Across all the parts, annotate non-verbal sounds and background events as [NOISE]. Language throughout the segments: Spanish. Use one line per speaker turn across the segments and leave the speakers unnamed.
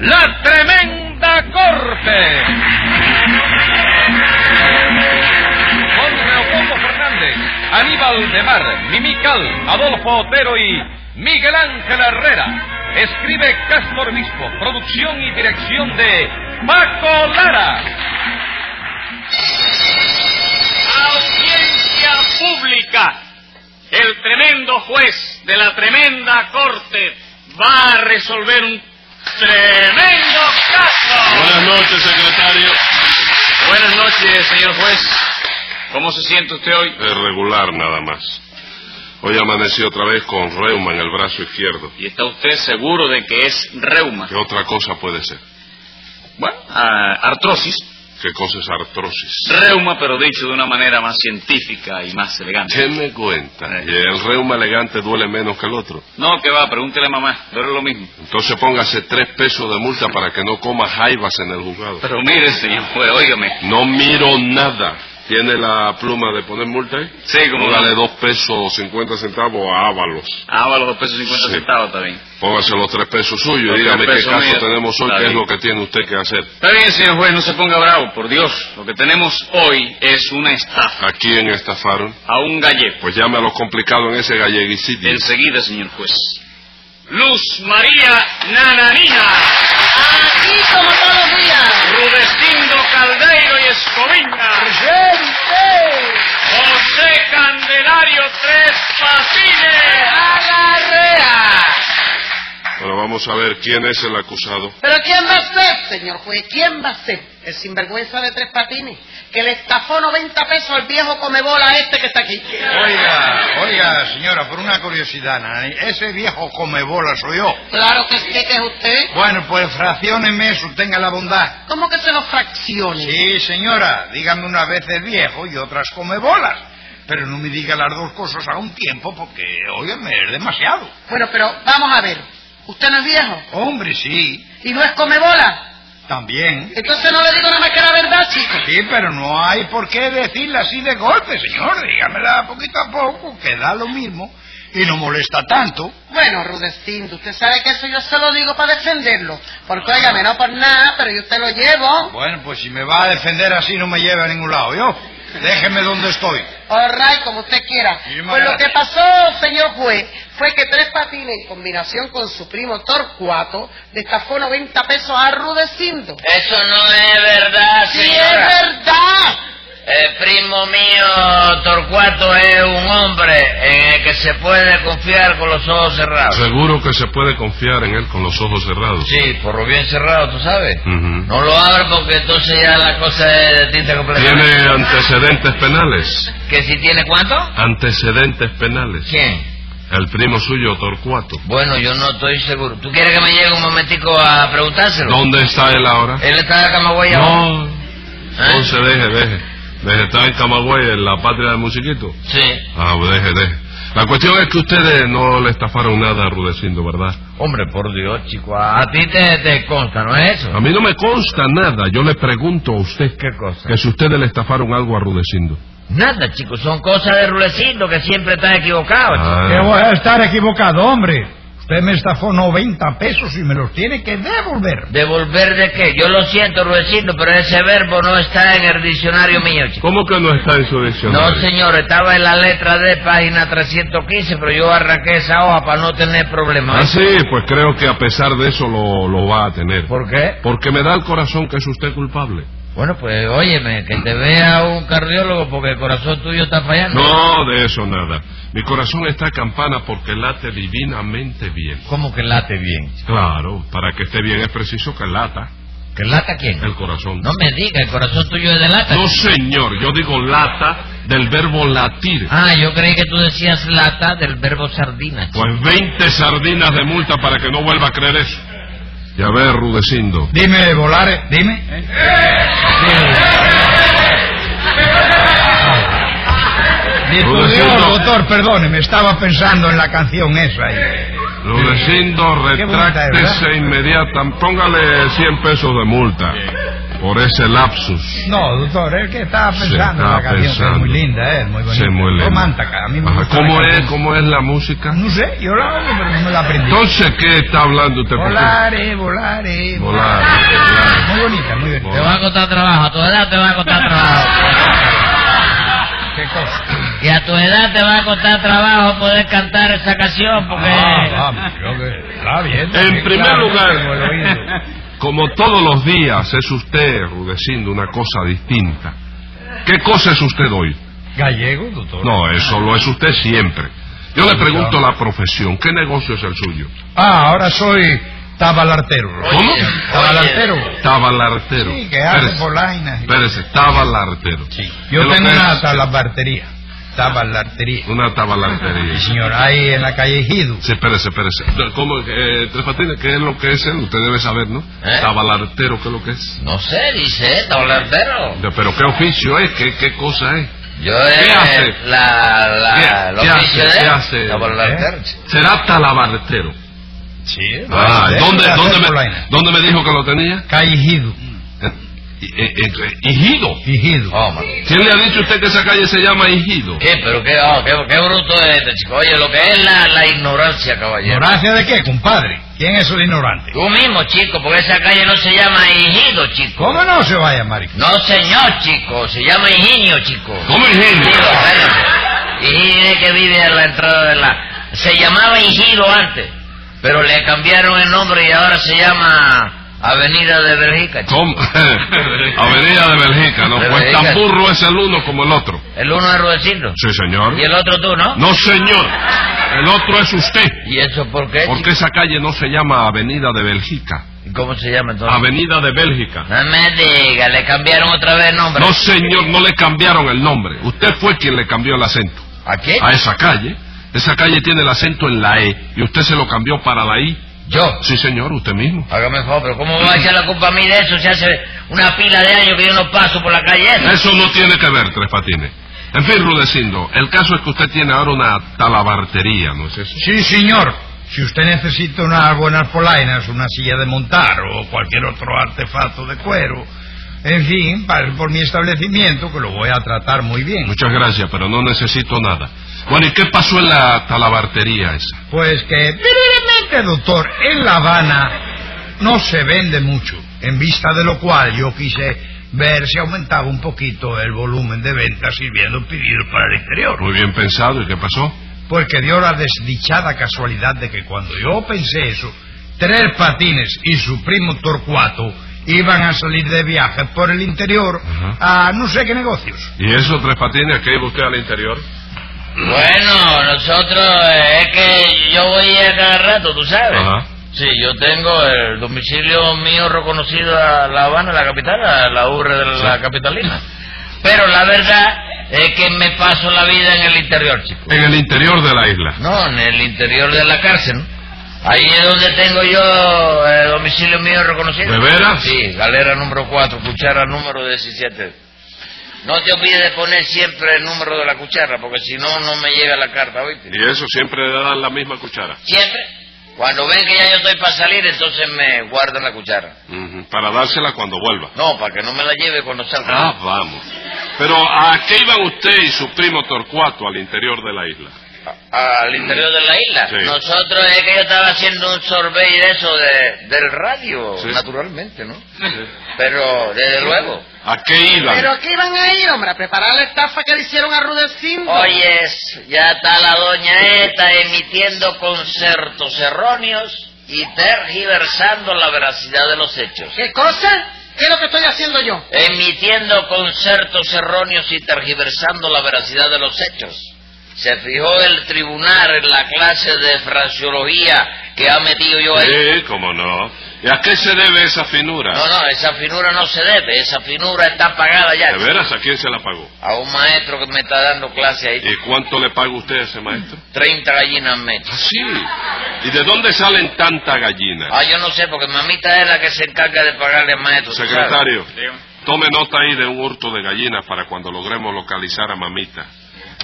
La Tremenda Corte. Con Leopoldo Fernández, Aníbal de Mar, Mimical, Adolfo Otero y Miguel Ángel Herrera. Escribe Castro Obispo, producción y dirección de Paco Lara.
Audiencia pública. El tremendo juez de la tremenda corte va a resolver un tremendo caso.
Buenas noches, secretario.
Buenas noches, señor juez. ¿Cómo se siente usted hoy?
Es regular nada más. Hoy amanecí otra vez con reuma en el brazo izquierdo.
¿Y está usted seguro de que es reuma?
¿Qué otra cosa puede ser?
Bueno, ah, artrosis.
¿Qué cosa es artrosis?
Reuma, pero dicho de una manera más científica y más elegante.
Deme cuenta. Y el reuma elegante duele menos que el otro.
No, que va, pregúntele a mamá, pero es lo mismo.
Entonces póngase tres pesos de multa para que no coma jaivas en el juzgado.
Pero mire, señor juez, óigame.
No miro nada. ¿Tiene la pluma de poner multa ahí?
Sí, como
Póngale dos pesos cincuenta centavos a Ábalos.
Ah, vale, dos pesos cincuenta
Sí.
centavos, está bien.
Póngase los tres pesos suyos
Los
y dígame
tres
qué
pesos
caso
míos.
tenemos hoy,
Está
qué es
bien.
lo que tiene usted que hacer.
Está bien, señor juez, no se ponga bravo, por Dios. Lo que tenemos hoy es una estafa
¿A quién estafaron?
a un gallego.
Pues llame a los complicados en ese galleguicidio.
Enseguida, señor juez. Luz María Nananina,
Aquí como todos los días.
Rudecindo Caldeiro y Escoviña,
¡Gente!
José Candelario Tres Patines.
¡Agarrea!
Bueno, vamos a ver quién es el acusado.
Pero ¿quién va a ser, señor juez? ¿Quién va a ser? El sinvergüenza de tres patines, que le estafó 90 pesos al viejo comebola este que está aquí.
Oiga, oiga, señora, por una curiosidad, Nani, ese viejo come bola soy yo.
Claro que sí que es usted.
Bueno, pues fraccióneme eso, tenga la bondad.
¿Cómo que se lo fraccione?
Sí, señora, dígame una vez es viejo y otras come bolas. Pero no me diga las dos cosas a un tiempo porque, óyeme, es demasiado.
Bueno, pero vamos a ver. ¿Usted no es viejo?
Hombre, sí,
¿Y no es comebola?
también.
Entonces no le digo nada más que la verdad, chico.
Sí, pero no hay por qué decirla así de golpe, señor. Dígamela poquito a poco, que da lo mismo y no molesta tanto.
Bueno, Rudecindo, usted sabe que eso yo se lo digo para defenderlo. Porque, óigame, no por nada, pero yo te lo llevo.
Bueno, pues si me va a defender así no me lleva a ningún lado, ¿yo? Déjeme donde estoy.
All right, como usted quiera.
Sí,
Pues
madre.
lo que pasó, señor juez, fue que Tres Patines, en combinación con su primo Torcuato, le estafó 90 pesos a Rudecindo.
Eso no es verdad,
¡Sí, es
señora.
verdad!
El primo mío, Torcuato, es un hombre en el que se puede confiar con los ojos cerrados.
Seguro que se puede confiar en él con los ojos cerrados.
Sí, por lo bien cerrado, tú sabes.
Ujú.
No lo abre porque entonces ya la cosa es distinta completamente.
¿Tiene antecedentes penales?
¿Que si tiene cuánto?
Antecedentes penales.
¿Quién?
El primo suyo, Torcuato.
Bueno, yo no estoy seguro. ¿Tú quieres que me llegue un momentico a preguntárselo?
¿Dónde está él ahora?
Él está en Camagüey ahora.
No.
¿Eh?
Entonces deje, deje. Deje, está en Camagüey, en la patria del musiquito.
Sí.
Ah, pues deje, deje. La cuestión es que ustedes no le estafaron nada a Rudecindo, ¿verdad?
Hombre, por Dios, chico. A a ti te, te consta, ¿no es eso?
A mí no me consta nada. Yo le pregunto a usted
¿Qué cosa?
que si ustedes le estafaron algo a Rudecindo.
Nada, chicos, son cosas de Rulecindo que siempre está equivocado. chico.
Ah.
Que voy a estar equivocado, hombre. Usted me estafó 90 pesos y me los tiene que devolver.
¿Devolver de qué? Yo lo siento, Rulecindo, pero ese verbo no está en el diccionario mío, chico.
¿Cómo que no está en su
No,
diccionario?
señor, estaba en la letra de página 315, pero yo arranqué esa hoja para no tener
Ah,
problemas.
sí, pues creo que a pesar de eso lo, lo va a tener.
¿Por qué?
Porque me da el corazón que es usted culpable.
Bueno, pues óyeme, que te vea un cardiólogo porque el corazón tuyo está fallando.
No, de eso nada. Mi corazón está a campana porque late divinamente bien.
¿Cómo que late bien?
Claro, para que esté bien es preciso que lata
¿Que lata quién?
el corazón.
No me diga, el corazón tuyo es de lata.
No, señor, yo digo lata del verbo latir.
Ah, yo creí que tú decías lata del verbo sardina. chico.
Pues 20 sardinas de multa para que no vuelva a creer eso. Ya ver, Rudecindo.
Dime, Volares, dime.
Rudecindo.
Disculpe, doctor, perdóneme, estaba pensando en la canción esa. ahí.
Rudecindo,
Qué bonita es,
retráctese inmediata. Póngale 100 pesos de multa. por ese lapsus.
No, doctor, es que estaba
Se
pensando en
estaba
la canción, que
pensando.
es muy linda, eh, muy bonita.
Se muele.
Romántica, a mí me
Ajá,
gusta.
¿Cómo
la
es,
canción.
¿Cómo es la música?
No sé, yo la hago, pero no me la aprendí.
Entonces, ¿qué está hablando usted? ¿Por qué?
Volare, volare,
Volar,
Muy bonita, muy bonita.
Te va a costar trabajo, a tu edad te va a costar trabajo.
¿Qué cosa?
Y a tu edad te va a costar trabajo poder cantar esa canción porque...
Ah, vamos, yo que- está bien. está
En
bien,
primer
claro,
lugar.
tengo el oído.
[LAUGHS] Como todos los días es usted, Rudecindo, una cosa distinta. ¿Qué cosa es usted hoy?
Gallego, doctor.
No, eso lo es usted siempre. Yo le pregunto la profesión. ¿Qué negocio es el suyo?
Ah, ahora soy tabalartero.
¿Cómo?
Tabalartero.
Tabalartero.
Sí, que hace
Espérese,
polainas.
Espérese, tabalartero.
Sí.
¿Qué es
Yo
lo
tengo
que
una
es?
tabalartería. Tabalartería.
Una tabalartería.
Sí, señor, ahí en la calle Ejido.
Sí, espérese, espérese. ¿Cómo, eh, Tres Patines, ¿qué es lo que es él? Usted debe saber, ¿no?
¿Eh?
Tabalartero, ¿qué es lo que es?
No sé, dice, tablardero.
De- Pero ¿qué oficio es? ¿Qué, qué cosa es?
Yo
¿Qué
eh,
hace?
la la
¿Qué-
lo
qué
oficio
hace?
de
¿Qué
él,
hace? ¿Eh?
tablardero.
Será talabartero.
Sí.
Ah,
tabalardero,
¿dónde,
hace
dónde, me,
polainas.
¿dónde me dijo que lo tenía?
Calle Ejido.
Eh, eh, eh, Higido.
Ejido.
Ah,
Oh, man. Eh,
¿Quién le ha dicho a usted que esa calle se llama Higido?
pero qué, oh, qué, qué bruto es este chico. Oye, lo que es la, la ignorancia, caballero.
¿Ignorancia de qué, compadre? ¿Quién es el ignorante?
Tú mismo, chico, porque esa calle no se llama Higido, chico.
¿Cómo no se va a llamar?
No, señor, chico, se llama Higinio, chico.
¿Cómo Higido?
Higinio, espérate. Higinio es que vive a la entrada de la... Se llamaba Higido antes, pero le cambiaron el nombre y ahora se llama Avenida de Bélgica, chico.
¿Cómo? [LAUGHS] Avenida de Bélgica, ¿no?
De
Pues
Bélgica.
tan burro es el uno como el otro.
El uno es Rudecindo.
Sí, señor.
Y el otro tú, ¿no?
No, señor. El otro es usted.
¿Y eso por qué?
Porque
chico?
esa calle no se llama Avenida de Bélgica.
¿Y ¿Cómo se llama entonces?
Avenida de Bélgica.
No me diga, le cambiaron otra vez el nombre.
No, señor, no le cambiaron el nombre. Usted fue quien le cambió el acento.
¿A qué?
A esa calle. Esa calle tiene el acento en la E. Y usted se lo cambió para la I.
¿Yo?
Sí, señor, usted mismo.
Hágame el favor, pero ¿cómo va a echar la culpa a mí de eso? Se hace una pila de años que yo no paso por la calle esa.
Eso no tiene que ver, Tres Patines. En fin, Rudecindo, el caso es que usted tiene ahora una talabartería, ¿no es eso?
Sí, señor. Si usted necesita unas buenas polainas, una silla de montar o cualquier otro artefacto de cuero, en fin, pase por mi establecimiento que lo voy a tratar muy bien.
Muchas gracias, pero no necesito nada. Bueno, ¿y qué pasó en la talabartería esa?
Pues que, brevemente, doctor, en La Habana no se vende mucho, en vista de lo cual yo quise ver si aumentaba un poquito el volumen de ventas sirviendo pedidos para el exterior.
Muy bien pensado, ¿y qué pasó?
porque dio la desdichada casualidad de que cuando yo pensé eso, tres patines y su primo Torcuato iban a salir de viaje por el interior a no sé qué negocios.
¿Y eso, Tres Patines, que iba usted al interior?
Bueno, nosotros, eh, es que yo voy a cada rato, ¿tú sabes?
Ajá.
Sí, yo tengo el domicilio mío reconocido a La Habana, la capital, a la urre de la capitalina. Pero la verdad es que me paso la vida en el interior, chico.
En el interior de la isla.
No, en el interior de la cárcel. Ahí es donde tengo yo el domicilio mío reconocido.
¿De veras?
Sí, galera número 4, cuchara número 17. No te olvides de poner siempre el número de la cuchara, porque si no, no me llega la carta, ¿oíste?
Y eso siempre le dan la misma cuchara.
Siempre. Cuando ven que ya yo estoy para salir, entonces me guardan la cuchara.
Ujú, Para dársela cuando vuelva.
No, para que no me la lleve cuando salga.
Ah, vamos. Pero, ¿a qué iban usted y su primo Torcuato al interior de la isla?
A- al interior de la isla.
Sí.
Nosotros es que yo estaba haciendo un sorbet de eso de, del radio,
Sí.
naturalmente, ¿no? Pero, desde luego.
¿A qué iban?
Pero ¿qué iban a ir, hombre? A preparar la estafa que le hicieron a Rudecindo.
Oye, es- ya está la doña esta emitiendo concertos erróneos y tergiversando la veracidad de los hechos.
¿Qué cosa? ¿Qué es lo que estoy haciendo yo?
Emitiendo concertos erróneos y tergiversando la veracidad de los hechos. Se fijó el tribunal en la clase de fraseología que ha metido yo ahí.
Sí, cómo no. ¿Y a qué se debe esa finura?
No, no, esa finura no se debe, esa finura está pagada ya.
¿De veras a quién se la pagó?
A un maestro que me está dando clase ahí,
¿Y cuánto le paga usted a ese maestro? Ah,
30 gallinas al mes.
Sí. ¿Y de dónde salen tanta gallina?
Ah, yo no sé, porque mamita es la que se encarga de pagarle al maestro. ¿tú sabes?
Secretario, tome nota ahí de un hurto de gallinas para cuando logremos localizar a mamita.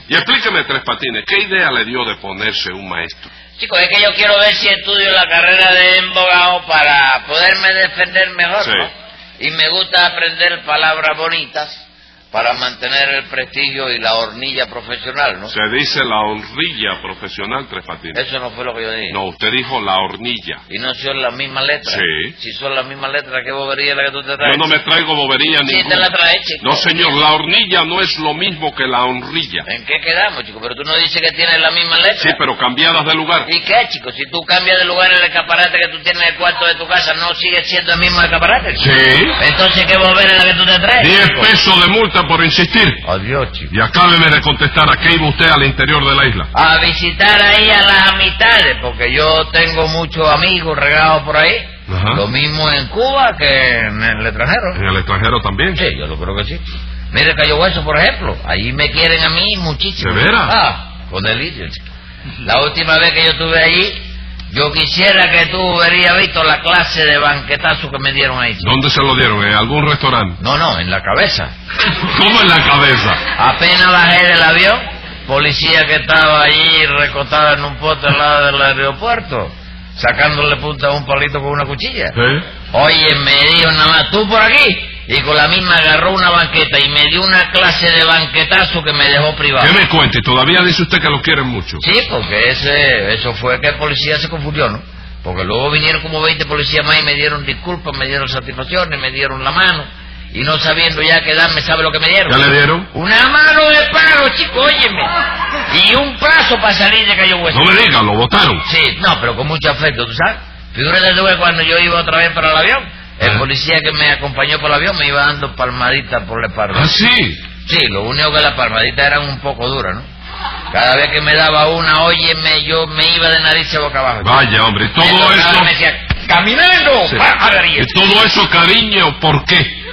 Y explíqueme, Tres Patines, ¿qué idea le dio de ponerse un maestro?
Chicos, es que yo quiero ver si estudio la carrera de embogado para poderme defender mejor,
Sí.
¿no? y me gusta aprender palabras bonitas para mantener el prestigio y la hornilla profesional, ¿no?
Se dice la hornilla profesional Tres Patines.
Eso no fue lo que yo dije.
No, usted dijo la hornilla.
Y no son las mismas letras.
Sí.
Si son las mismas letras, ¿qué bobería es la que tú te traes?
Yo no me traigo bobería
Sí, te
ninguna.
la traes, chico.
No, señor, la hornilla no es lo mismo que la honrilla.
¿En qué quedamos, chico? Pero tú no dices que tienes la misma letra.
Sí, pero cambiadas de lugar.
¿Y qué, chico? Si tú cambias de lugar el escaparate que tú tienes en el cuarto de tu casa, ¿no sigue siendo el mismo escaparate? chico?
Sí.
Entonces, ¿qué volver es la que tú te traes?
Diez
chico?
pesos de multa por insistir.
Adiós, chico.
Y acábeme de contestar a qué iba usted al interior de la isla.
A visitar ahí a las amistades, porque yo tengo muchos amigos regados por ahí.
Ajá.
Lo mismo en Cuba que en el extranjero.
En el extranjero también.
Sí, yo lo creo que sí. Mire Cayo Hueso, por ejemplo, ahí me quieren a mí muchísimo.
¿De veras?
Ah, con delirio. chico. La última vez que yo estuve allí, yo quisiera que tú hubieras visto la clase de banquetazo que me dieron ahí. chico.
¿Dónde se lo dieron? ¿En algún restaurante?
[LAUGHS] No, no, en la cabeza.
¿Cómo en la cabeza?
Apenas bajé del avión, policía que estaba allí recotada en un pote al lado del aeropuerto, sacándole punta a un palito con una cuchilla.
¿Eh?
Oye, me dio nada más, tú por aquí. Y con la misma agarró una banqueta y me dio una clase de banquetazo que me dejó privado.
¿Qué me cuente? Todavía dice usted que lo quieren mucho.
Sí, porque ese, eso fue que el policía se confundió, ¿no? Porque luego vinieron como 20 policías más y me dieron disculpas, me dieron satisfacciones, me dieron la mano. Y no sabiendo ya qué darme, ¿sabe lo que me dieron?
¿Ya le dieron?
Una mano de palo, chico, óyeme. Y un plazo para salir de Cayo Hueso.
No me diga, lo votaron.
Sí, no, pero con mucho afecto, ¿tú sabes? Figúrate tú que cuando yo iba otra vez para el avión, el
Ah.
policía que me acompañó para el avión me iba dando palmaditas por la espalda.
Ah, sí.
Sí, lo único que las palmaditas eran un poco duras, ¿no? Cada vez que me daba una, óyeme, yo me iba de nariz a boca abajo.
Vaya, hombre,
Me
Ah, todo
tocaba
eso...
y Me decía, caminando,
Sí.
pa- a la orilla".
¿Y todo eso, cariño, por qué?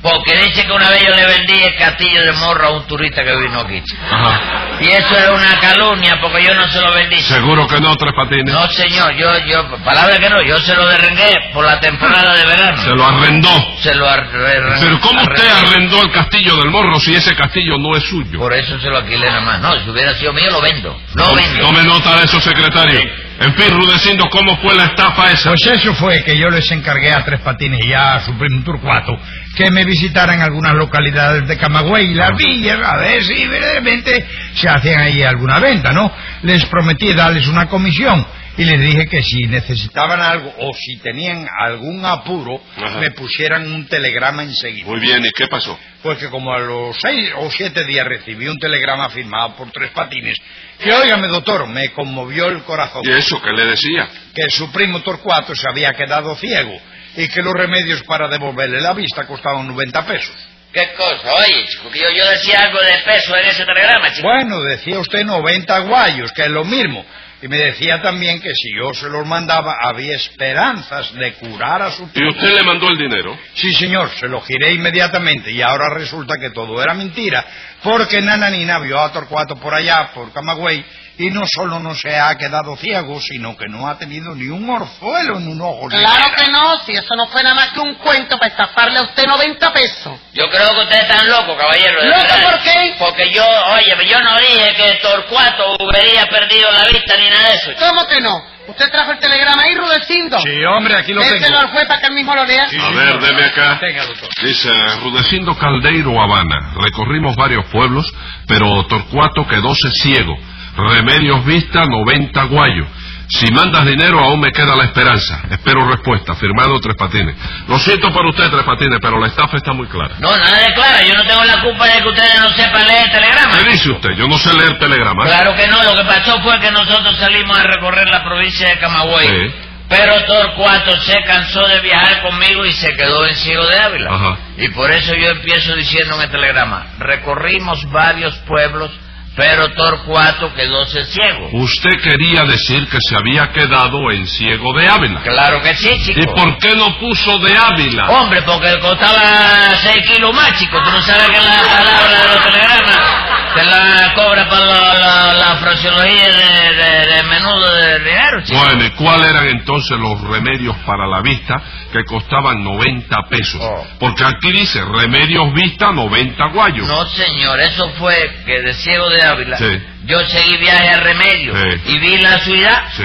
Porque dice que una vez yo le vendí el castillo de morro a un turista que vino aquí. chico.
Ajá.
Y eso era una calumnia, porque yo no se lo vendí.
Seguro que no, Tres Patines.
No, señor, yo, yo, palabra que no, yo se lo derrengué por la temporada de verano.
Se lo arrendó.
Se lo ar- arren-
Pero ¿cómo usted
arrendé.
arrendó el castillo del morro si ese castillo no es suyo?
Por eso se lo alquilé nada más. No, si hubiera sido mío, lo vendo. Lo
Tome-
vendo.
Tome nota de eso, secretario. En fin, Rudecindo, ¿cómo fue la estafa esa?
Pues eso fue que yo les encargué a Tres Patines y a su primo Turcuato que me visitaran algunas localidades de Camagüey y las villas, a ver si verdaderamente se hacían ahí alguna venta, ¿no? Les prometí darles una comisión y les dije que si necesitaban algo o si tenían algún apuro,
Ajá.
me pusieran un telegrama enseguida.
Muy bien, ¿y qué pasó?
Pues que como a los seis o siete días recibí un telegrama firmado por Tres Patines, que, óigame, doctor, me conmovió el corazón
¿Y eso qué le decía?
que su primo Torcuato se había quedado ciego y que los remedios para devolverle la vista costaban 90 pesos.
¿Qué cosa? Oye, chico, que yo, yo decía algo de peso en ese telegrama, chico.
Bueno, decía usted 90 guayos, que es lo mismo. Y me decía también que si yo se los mandaba había esperanzas de curar a su
¿Y
primo.
usted le mandó el dinero?
Sí, señor, se lo giré inmediatamente y ahora resulta que todo era mentira, porque Nananina vio a Torcuato por allá, por Camagüey, y no solo no se ha quedado ciego, sino que no ha tenido ni un orzuelo en un ojo. ni
Claro
nada.
que no, si eso no fue nada más que un cuento para estafarle a usted 90 pesos.
Yo creo que ustedes están locos, caballero. de
¿Loco
verdad.
por qué?
Porque yo, oye, yo no dije que Torcuato hubiera perdido la vista ni nada de eso. chico.
¿Cómo que no? ¿Usted trajo el telegrama ahí, Rudecindo?
Sí, hombre, aquí lo tengo.
Déselo al juez para que él mismo lo lea.
Sí,
A
sí,
ver,
señor.
deme acá.
Tenga, doctor.
Dice Rudecindo Caldeiro Habana. Recorrimos varios pueblos, pero Torcuato quedóse ciego. Remedios vista, 90 guayos. Si mandas dinero, aún me queda la esperanza. Espero respuesta. Firmado Tres Patines. Lo siento para usted, Tres Patines, pero la estafa está muy clara.
No, nada de claro, yo no tengo la culpa de que ustedes no sepan leer el telegrama.
¿Qué dice usted? Yo no sé leer ¿eh? telegramas.
Claro que no, lo que pasó fue que nosotros salimos a recorrer la provincia de Camagüey.
Sí.
Pero Torcuato se cansó de viajar conmigo y se quedó en Ciego de Ávila.
Ajá.
Y por eso yo empiezo diciendo en el telegrama, recorrimos varios pueblos, pero Torcuato quedóse ciego.
Usted quería decir que se había quedado en ciego de Ávila.
Claro que sí, chico.
¿Y por qué no puso de Ávila?
Hombre, porque costaba 6 kilos más, chico. Tú no sabes que la palabra de los telegramas te la cobra para la, la- la fraseología de, de- de menudo de dinero, chico.
Bueno, ¿y cuáles eran entonces los remedios para la vista que costaban 90 pesos?
Oh.
Porque aquí dice remedios vista 90 guayos.
No, señor, eso fue que de Ciego de Ávila
Sí.
yo seguí viaje a Remedio
Sí.
y vi la ciudad.
Sí.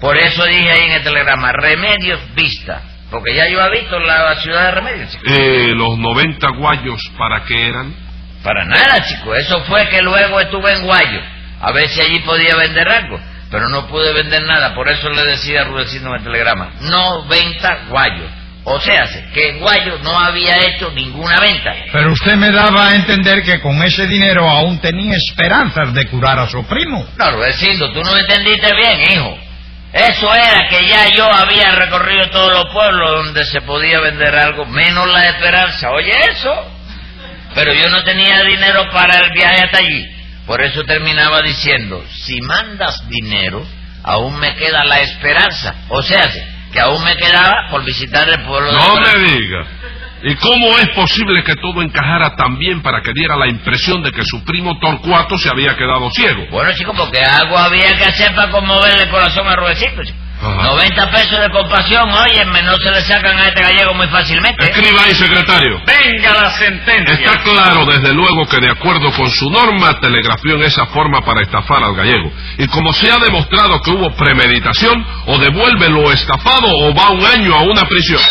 Por eso dije ahí en el telegrama, Remedios Vista. Porque ya yo he visto la ciudad de Remedios, chico.
Eh, los 90 guayos, ¿para qué eran?
Para nada, chico. Eso fue que luego estuve en Guayo. A ver si allí podía vender algo. Pero no pude vender nada. Por eso le decía a Rudecindo en el telegrama. No venta Guayo. O sea, que en Guayo no había hecho ninguna venta.
Pero usted me daba a entender que con ese dinero aún tenía esperanzas de curar a su primo.
No, Rudecindo, tú no entendiste bien, hijo. Eso era que ya yo había recorrido todos los pueblos donde se podía vender algo, menos la esperanza. Oye, eso. Pero yo no tenía dinero para el viaje hasta allí. Por eso terminaba diciendo, si mandas dinero, aún me queda la esperanza. O sea, que aún me quedaba por visitar el pueblo de
No
Corazón.
me diga. ¿Y cómo es posible que todo encajara tan bien para que diera la impresión de que su primo Torcuato se había quedado ciego?
Bueno, chicos, porque algo había que hacer para conmoverle el corazón a Rubecito, chico.
Ajá.
90 pesos de compasión, óyeme, no se le sacan a este gallego muy fácilmente. ¿eh?
Escriba ahí, secretario.
Venga la
Está
sentencia.
claro, desde luego, que de acuerdo con su norma, telegrafió en esa forma para estafar al gallego. Y como se ha demostrado que hubo premeditación, o devuelve lo estafado o va un año a una prisión.